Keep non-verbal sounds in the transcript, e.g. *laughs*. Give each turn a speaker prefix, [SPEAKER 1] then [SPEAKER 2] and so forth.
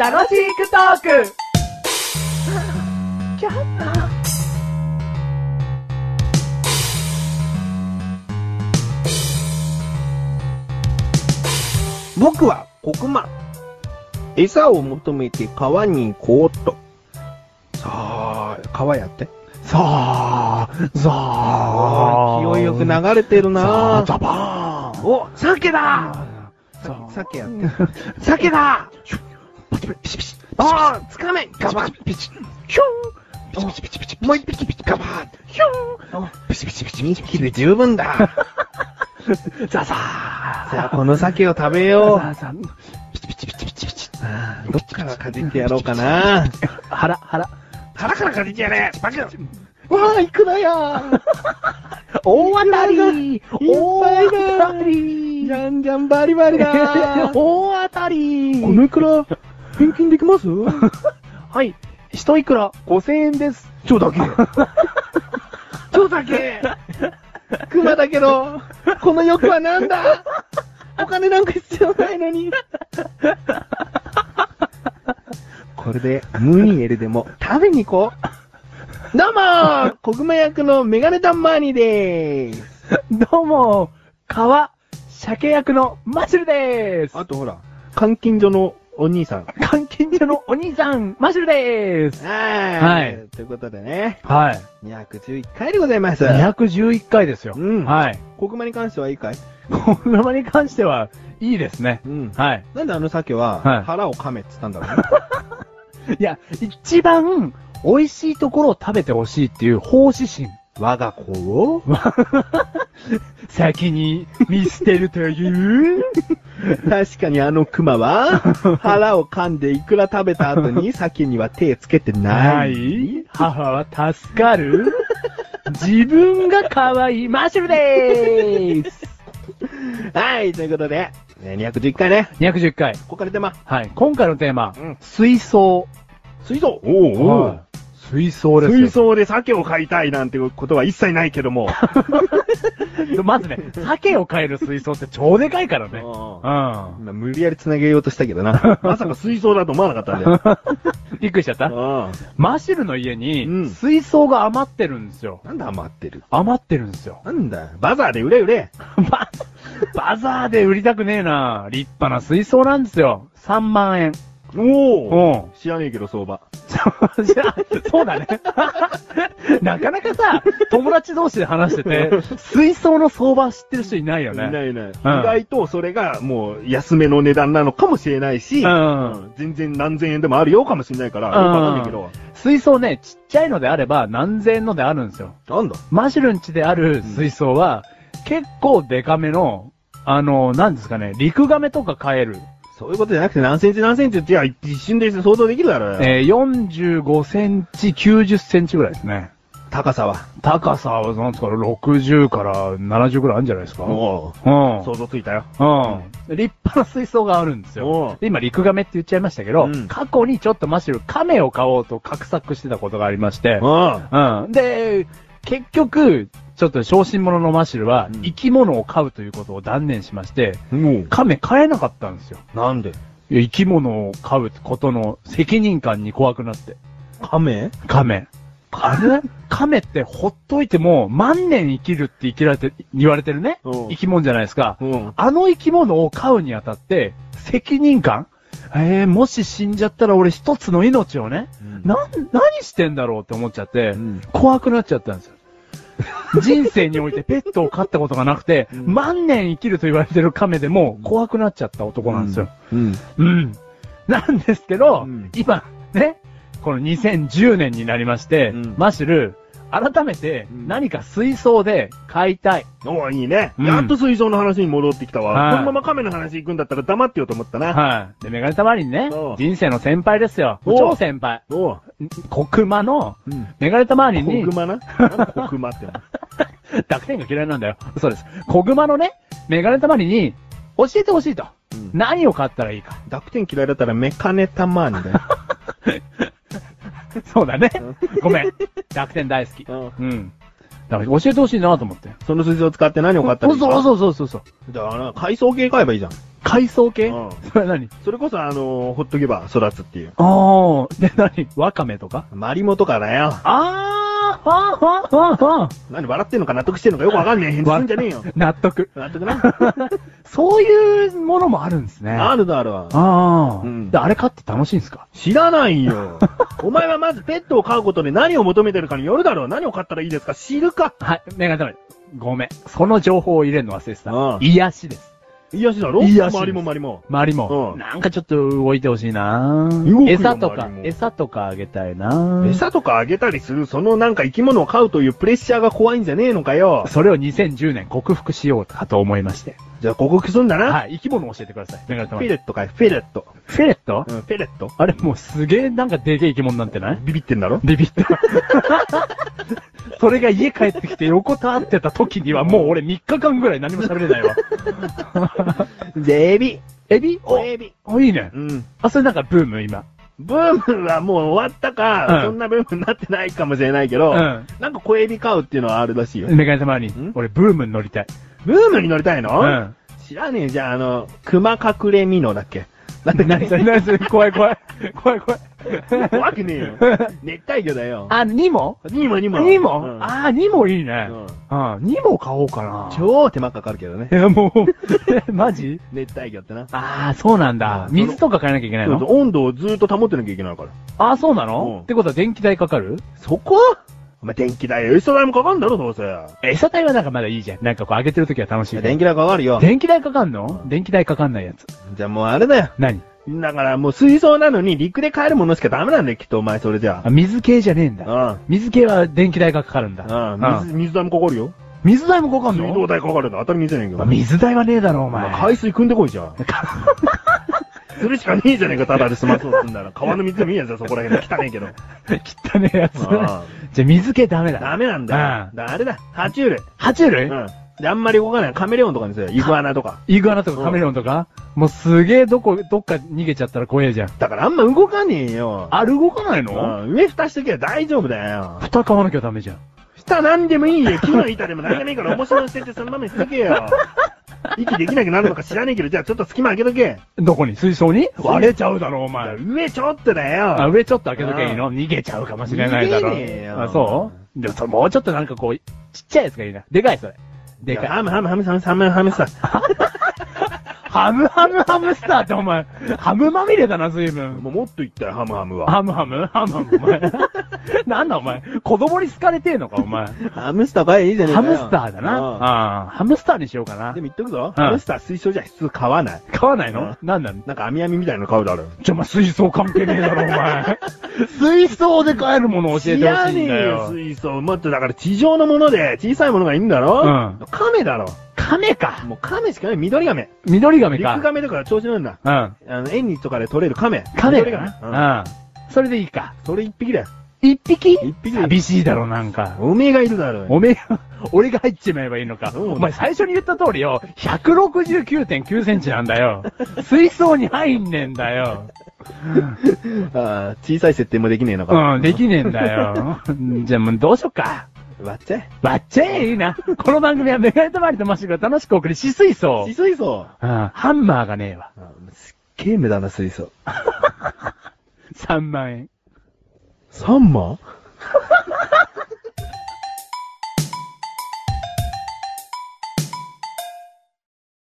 [SPEAKER 1] 楽しくトーク
[SPEAKER 2] 僕は黒魔。餌を求めて川に行こうと。さあ、川やって。
[SPEAKER 3] さあ、さあ、
[SPEAKER 2] 勢いよく流れてる
[SPEAKER 3] さあ
[SPEAKER 2] な、
[SPEAKER 3] ザバーン。
[SPEAKER 2] お、鮭だ
[SPEAKER 3] あ
[SPEAKER 2] さ
[SPEAKER 3] さあ、
[SPEAKER 2] 鮭やって。鮭だ
[SPEAKER 3] パチパチピシピシ。
[SPEAKER 2] ああ、つかめガ
[SPEAKER 3] ガ
[SPEAKER 2] バ
[SPEAKER 3] バ
[SPEAKER 2] ッ
[SPEAKER 3] ッピチ。
[SPEAKER 2] ヒュ
[SPEAKER 3] ピチピチピチピチ。
[SPEAKER 2] ンもう一匹ガバッヒュン
[SPEAKER 3] ピチピチピチ。
[SPEAKER 2] 二匹で十分だ
[SPEAKER 3] ザザー。
[SPEAKER 2] さあ、この鮭を食べよう。
[SPEAKER 3] ザザピチピチピチピチピチ。
[SPEAKER 2] あーどっからかじってやろうかな。
[SPEAKER 3] 腹、腹。
[SPEAKER 2] 腹からかじってやれバカ
[SPEAKER 3] わあ、いくら
[SPEAKER 2] *laughs*
[SPEAKER 3] やー大当たり
[SPEAKER 2] いっぱいだ
[SPEAKER 3] 大当たり
[SPEAKER 2] じゃんじゃんバリバリだ
[SPEAKER 3] *laughs* 大当たり
[SPEAKER 2] このいくら、返金できます
[SPEAKER 3] *laughs* はい、一いくら
[SPEAKER 2] ?5000 円です。
[SPEAKER 3] ちょだ *laughs* け。
[SPEAKER 2] そうだけクマだけど、この欲はなんだ *laughs* お金なんか必要ないの *laughs* に。これで、ムニエルでも食べに行こう。どうもー小熊役のメガネタンマーニーでーす。
[SPEAKER 3] どうも、川、鮭役のマシュルでーす。
[SPEAKER 2] とほら、監禁所のお兄さん。
[SPEAKER 3] 監禁所のお兄さん、マシュルでーす。
[SPEAKER 2] は
[SPEAKER 3] は。
[SPEAKER 2] ということでね、
[SPEAKER 3] はい。
[SPEAKER 2] 211回でございます。
[SPEAKER 3] 211回ですよ。
[SPEAKER 2] うん
[SPEAKER 3] はい。
[SPEAKER 2] 小熊に関してはいいかい
[SPEAKER 3] このまに関しては、いいですね。
[SPEAKER 2] うん
[SPEAKER 3] はい。
[SPEAKER 2] なんであの鮭
[SPEAKER 3] は
[SPEAKER 2] は、
[SPEAKER 3] い
[SPEAKER 2] 腹を噛めって言ったんだろうね。 *laughs*
[SPEAKER 3] いや、一番美味しいところを食べてほしいっていう奉仕心。
[SPEAKER 2] 我が子を
[SPEAKER 3] 先に見捨てるという。
[SPEAKER 2] 確かにあのクマ *laughs* は、腹を噛んでいくら食べた後に先には手つけてな。
[SPEAKER 3] ないい母は助か *laughs* る自分が可愛いマッシュルでーす
[SPEAKER 2] はい、ということで、えー211回ね、
[SPEAKER 3] !210 回。
[SPEAKER 2] ここからテーマ。
[SPEAKER 3] はい。今回のテーマ、
[SPEAKER 2] うん
[SPEAKER 3] 水槽。
[SPEAKER 2] 水槽おう
[SPEAKER 3] はい水槽ですよ。
[SPEAKER 2] 水槽で鮭を飼いたいなんてことは一切ないけど *laughs* も。
[SPEAKER 3] まずね、鮭を飼える水槽って超でかいからね。うん
[SPEAKER 2] う今無理やり繋げようとしたけどな。 *laughs* まさか水槽だと思わなかったんだよ。 *laughs*
[SPEAKER 3] ん。びっくりしちゃった
[SPEAKER 2] う
[SPEAKER 3] マッシュルの家
[SPEAKER 2] う
[SPEAKER 3] に
[SPEAKER 2] ん
[SPEAKER 3] 水槽が余ってるんですよ。
[SPEAKER 2] んなんだ余ってる。
[SPEAKER 3] 余ってるんですよ。
[SPEAKER 2] なんだよバザーで売れ売れ。
[SPEAKER 3] *laughs* バ、バザーで売りたくねえな。立派な水槽なんですよ。3万円。う
[SPEAKER 2] おお
[SPEAKER 3] ん。
[SPEAKER 2] 知らねえけど相場。
[SPEAKER 3] *laughs* そうじゃあそうだね。 *laughs* なかなかさ、友達同士で話してて、水槽の相場知ってる人いないよ
[SPEAKER 2] い
[SPEAKER 3] ね。
[SPEAKER 2] ないいない。意外とそれがもう安めの値段なのかもしれないし、
[SPEAKER 3] うん
[SPEAKER 2] う全然何千円でもあるよかもしれないから、よ
[SPEAKER 3] うん
[SPEAKER 2] くわかんないけど。
[SPEAKER 3] 水槽ね、ちっちゃいのであれば何千円のであるんですよ。
[SPEAKER 2] なんだ
[SPEAKER 3] マシュルンチである水槽は、結構デカめの、あの、なんですかね、陸亀とか飼える。
[SPEAKER 2] そういうことじゃなくて何センチ何センチって、いや、一瞬で想像できるだろうよ。
[SPEAKER 3] えー45センチ、90センチぐらいですね。
[SPEAKER 2] 高さは。
[SPEAKER 3] 高さは、なんですか、60から70ぐらいあるんじゃないですか。うん。
[SPEAKER 2] お
[SPEAKER 3] うん
[SPEAKER 2] う。想像ついたよ。
[SPEAKER 3] 立派な水槽があるんです
[SPEAKER 2] お
[SPEAKER 3] よ
[SPEAKER 2] う。
[SPEAKER 3] で今、陸亀って言っちゃいましたけど、
[SPEAKER 2] うん
[SPEAKER 3] 過去にちょっとマシュル、亀を買おうと画策してたことがありまして、
[SPEAKER 2] ん。
[SPEAKER 3] うん。で、結局、ちょっと小心者のマシュルは、
[SPEAKER 2] うん
[SPEAKER 3] 生き物を飼うということを断念しまして、
[SPEAKER 2] もう。
[SPEAKER 3] 亀飼えなかったんですよ。
[SPEAKER 2] なんで
[SPEAKER 3] いや生き物を飼うことの責任感に怖くなって。
[SPEAKER 2] 亀
[SPEAKER 3] 亀。亀亀ってほっといても万年生きるって生きられて、言われてるね。
[SPEAKER 2] うん
[SPEAKER 3] 生き物じゃないですか。
[SPEAKER 2] うん。
[SPEAKER 3] あの生き物を飼うにあたって、責任感えー、もし死んじゃったら俺一つの命をね、なん、何してんだろうって思っちゃって、
[SPEAKER 2] うん
[SPEAKER 3] 怖くなっちゃったん
[SPEAKER 2] *laughs*
[SPEAKER 3] ですよ。人生においてペットを飼ったことがなくて、
[SPEAKER 2] うん
[SPEAKER 3] 万年生きると言われてる亀でも怖くなっちゃった男なんですよ。
[SPEAKER 2] うん。
[SPEAKER 3] うん。なんですけど、
[SPEAKER 2] うん
[SPEAKER 3] 今、ね、この2010年になりまして、
[SPEAKER 2] うん
[SPEAKER 3] マシュル、改めて
[SPEAKER 2] うん
[SPEAKER 3] 何か水槽で飼いたい。
[SPEAKER 2] おーいいね。
[SPEAKER 3] うん
[SPEAKER 2] やっと水槽の話に戻ってきた
[SPEAKER 3] はい
[SPEAKER 2] わ。このまま亀の話行くんだったら黙ってよと思ったな。
[SPEAKER 3] はい。で、メガネたまりにね
[SPEAKER 2] そう、
[SPEAKER 3] 人生の先輩ですよ。
[SPEAKER 2] お
[SPEAKER 3] 超先輩。
[SPEAKER 2] おう。
[SPEAKER 3] コクマの、
[SPEAKER 2] うん。
[SPEAKER 3] メガネたまり
[SPEAKER 2] 小
[SPEAKER 3] に、*laughs*
[SPEAKER 2] 熊ななんだ小熊っての。
[SPEAKER 3] 濁点が嫌いなんだよ。そうです。コグマのね、メガネたまりに、教えてほしいと。
[SPEAKER 2] うん
[SPEAKER 3] 何を買ったらいいか。
[SPEAKER 2] 濁点嫌いだったらメカネタマーニだよ。
[SPEAKER 3] そうだね。ごめん。濁点大好き。
[SPEAKER 2] うん
[SPEAKER 3] うん。だから教えてほしいなと思って。
[SPEAKER 2] その水槽を使って何を買ったらいいか
[SPEAKER 3] そうそうそうそうそう。
[SPEAKER 2] だから、海藻系買えばいいじゃん。
[SPEAKER 3] 海藻系、
[SPEAKER 2] うん
[SPEAKER 3] それ何
[SPEAKER 2] それこそあのー、ほっとけば育つっていう。
[SPEAKER 3] ああ、で何ワカメとか
[SPEAKER 2] マリモとかだよ。
[SPEAKER 3] ああ、ああ、ああ、ああ。
[SPEAKER 2] 何笑ってんのか納得してんのかよくわかんねえ。返事すんじゃねえよ。
[SPEAKER 3] 納得。
[SPEAKER 2] 納得な。
[SPEAKER 3] そういうものもあるんですね。
[SPEAKER 2] あるだろう。
[SPEAKER 3] ああ、
[SPEAKER 2] うん
[SPEAKER 3] であれ飼って楽しいんですか
[SPEAKER 2] 知らないよ。お前はまずペットを飼うことで何を求めてるかによるだろう。何を飼ったらいいですか知るか。
[SPEAKER 3] はい、メガネたまり。ごめん。その情報を入れるの忘れてた。
[SPEAKER 2] うん
[SPEAKER 3] 癒しです。
[SPEAKER 2] 癒しだろ
[SPEAKER 3] 癒しです
[SPEAKER 2] マリモマリモ。
[SPEAKER 3] マリも、
[SPEAKER 2] うん
[SPEAKER 3] なんかちょっと動いてほしいな
[SPEAKER 2] 動くよ
[SPEAKER 3] 餌とか
[SPEAKER 2] 周り、も
[SPEAKER 3] 餌とかあげたいな
[SPEAKER 2] 餌とかあげたりする、そのなんか生き物を飼うというプレッシャーが怖いんじゃねえのかよ。
[SPEAKER 3] それを2010年克服しようかと思いまして。
[SPEAKER 2] じゃあ、ここすんだな。
[SPEAKER 3] はい、生き物を教えてください。メガネた
[SPEAKER 2] フ
[SPEAKER 3] ま
[SPEAKER 2] ェ
[SPEAKER 3] り。
[SPEAKER 2] レットかい、フェレット。
[SPEAKER 3] フェレット
[SPEAKER 2] うん、フェレット
[SPEAKER 3] あれもうすげえなんかでけえ生き物なんてない
[SPEAKER 2] ビビってんだろ
[SPEAKER 3] ビビった。 *laughs* それが家帰ってきて横たわってた時にはもう俺3日間ぐらい何も喋れないわ。
[SPEAKER 2] で、エビ。
[SPEAKER 3] *laughs* エビ
[SPEAKER 2] おエビ。
[SPEAKER 3] お、いいね。
[SPEAKER 2] うん。
[SPEAKER 3] あ、それなんかブーム今。
[SPEAKER 2] ブームはもう終わったか、
[SPEAKER 3] うん
[SPEAKER 2] そんなブームになってないかもしれないけど、
[SPEAKER 3] うん
[SPEAKER 2] なんか小エビ飼うっていうのはあるらしいよ。
[SPEAKER 3] メガネたまり
[SPEAKER 2] ん。
[SPEAKER 3] 俺ブームに乗りたい。
[SPEAKER 2] ブームに乗りたいの、
[SPEAKER 3] うん。
[SPEAKER 2] 知らねえじゃあ、あの、熊隠れミノだっけなんだっ
[SPEAKER 3] 何
[SPEAKER 2] け
[SPEAKER 3] それ何それ怖い怖い。怖い怖い。
[SPEAKER 2] *laughs* 怖くね
[SPEAKER 3] *laughs*
[SPEAKER 2] えよ。熱帯魚だよ。
[SPEAKER 3] あ、ニモ
[SPEAKER 2] ニモニモ。
[SPEAKER 3] ニモ、
[SPEAKER 2] うん
[SPEAKER 3] あー、ニモいいね。
[SPEAKER 2] うん
[SPEAKER 3] うん。ニモ買おうかな。
[SPEAKER 2] 超手間かかるけどね
[SPEAKER 3] い。や、もう、え *laughs* マジ
[SPEAKER 2] 熱帯魚ってな。
[SPEAKER 3] ああ、そうなんだ。
[SPEAKER 2] うん
[SPEAKER 3] 水とか買えなきゃいけない
[SPEAKER 2] そうそう
[SPEAKER 3] の
[SPEAKER 2] 温度をずっと保ってなきゃいけないから。
[SPEAKER 3] ああ、そうな
[SPEAKER 2] うん
[SPEAKER 3] のってことは電気代かかる
[SPEAKER 2] そこお前電気代、餌代もかかんだろ、どうせ。
[SPEAKER 3] 餌代はなんかまだいいじゃん。なんかこう上げてるときは楽しいけど。
[SPEAKER 2] 電気代かかるよ。
[SPEAKER 3] 電気代かかんの電気代かかんないやつ。
[SPEAKER 2] じゃあもうあれだよ。
[SPEAKER 3] 何
[SPEAKER 2] だからもう水槽なのに陸で買えるものしかダメなんだよ、きっとお前それじゃ
[SPEAKER 3] あ水系じゃねえんだ。
[SPEAKER 2] あ。
[SPEAKER 3] 水系は電気代がかかるんだ。
[SPEAKER 2] うん。
[SPEAKER 3] う
[SPEAKER 2] うん。
[SPEAKER 3] ん
[SPEAKER 2] 水、水代もかかるよ。
[SPEAKER 3] 水代もかかん
[SPEAKER 2] 水道
[SPEAKER 3] の
[SPEAKER 2] 代かかるの当たり前じゃねえか
[SPEAKER 3] まあ。水代はねえだろ、お前。
[SPEAKER 2] まあ海水汲んでこいじゃん。それしかねえじゃねえか、ただで済まそうとすんだら。川の水でもいいやつだ、 *laughs* そこら辺汚ねえけど。
[SPEAKER 3] 汚ねえやつ。
[SPEAKER 2] うん
[SPEAKER 3] じゃあ水系ダメだ。
[SPEAKER 2] ダメなんだよ。
[SPEAKER 3] うん
[SPEAKER 2] だからあれだ、爬虫類。
[SPEAKER 3] 爬虫
[SPEAKER 2] う
[SPEAKER 3] 類
[SPEAKER 2] ん。で、あんまり動かない。カメレオンとかにするよ。イグアナとか。
[SPEAKER 3] イグアナとかカメレオンとかもうすげえどこ、どっか逃げちゃったら怖えじゃん。
[SPEAKER 2] だからあんま動かねえよ。
[SPEAKER 3] あれ動かないの
[SPEAKER 2] うん、上蓋しとけば大丈夫だよ。
[SPEAKER 3] 蓋買わなきゃダメじゃん。
[SPEAKER 2] 蓋なんでもいいよ。木の板でも何でもいいから、面白いしててそのままにしと
[SPEAKER 3] *laughs*
[SPEAKER 2] けよ。息できなくなるのか知らねえけど、じゃあちょっと隙間開けとけ。
[SPEAKER 3] どこに水槽に割れちゃうだろ、お
[SPEAKER 2] まあ、
[SPEAKER 3] 前。
[SPEAKER 2] 上ちょっとだ
[SPEAKER 3] あ
[SPEAKER 2] よ。
[SPEAKER 3] 上ちょっと開けとけばいいの逃げちゃうかもしれないだろ。
[SPEAKER 2] 逃げねえよ
[SPEAKER 3] あ、そうでもそもうちょっとなんかこう、ちっちゃいやつがいいな。でかい、それ。でかい。
[SPEAKER 2] ハムハムハムハムハムハムさ。
[SPEAKER 3] ハムハムハムスターってお前、ハムまみれだな、随分。
[SPEAKER 2] もうもっと言ったよ、ハムハムは。
[SPEAKER 3] ハムハムハムハム、お *laughs* 前。なんだお前、子供に好かれてえのか、お前。
[SPEAKER 2] ハムスターかいいじゃねえ
[SPEAKER 3] ハ
[SPEAKER 2] かよ
[SPEAKER 3] ムスターだな。
[SPEAKER 2] うん
[SPEAKER 3] ああ、ハムスターにしようかな
[SPEAKER 2] で。も言っとくぞ、
[SPEAKER 3] うん
[SPEAKER 2] ハムスター推奨じゃ普通買わない。
[SPEAKER 3] 買わないの
[SPEAKER 2] う
[SPEAKER 3] なんなん
[SPEAKER 2] なんか網網みたいなの買うだろ。
[SPEAKER 3] じゃ、ま、水槽関係ねえだろ、お前。 *laughs* 水槽で買えるものを教えてほしいんだよ。
[SPEAKER 2] 水槽。もっとだから地上のもので小さいものがいいんだろ
[SPEAKER 3] う
[SPEAKER 2] カメだろ。
[SPEAKER 3] 亀か。
[SPEAKER 2] もうカメしかない、緑亀。
[SPEAKER 3] 緑亀
[SPEAKER 2] ビ
[SPEAKER 3] か。
[SPEAKER 2] ッグカメとか調子乗るんだ。
[SPEAKER 3] うん。
[SPEAKER 2] あの、縁日とかで取れるカメ。
[SPEAKER 3] 亀
[SPEAKER 2] 取れ
[SPEAKER 3] か
[SPEAKER 2] るカメ
[SPEAKER 3] な。うん。それでいいか。
[SPEAKER 2] うん。それ一匹だよ。
[SPEAKER 3] 一匹
[SPEAKER 2] 一匹
[SPEAKER 3] 寂しいだろ、なんか。
[SPEAKER 2] おめえがいるだろうよ。
[SPEAKER 3] おめえ、 *laughs* 俺が入っちまえばいいのか。
[SPEAKER 2] そうだ
[SPEAKER 3] お前最初に言った通りよ、169.9センチなんだよ。水槽に入んねえんだよ。
[SPEAKER 2] ああ、小さい設定もできねえのか。
[SPEAKER 3] うん、できねえんだよ。 *laughs* じゃあもうどうしよっか。
[SPEAKER 2] 割っちゃえ。
[SPEAKER 3] わっちゃえいいな。この番組はメガネたまりとマシュルが楽しくお送りし水槽
[SPEAKER 2] 地。水槽。
[SPEAKER 3] うん、ハンマーがねえわ。
[SPEAKER 2] あすっげえ無駄な水槽。
[SPEAKER 3] 3万円。
[SPEAKER 2] 3万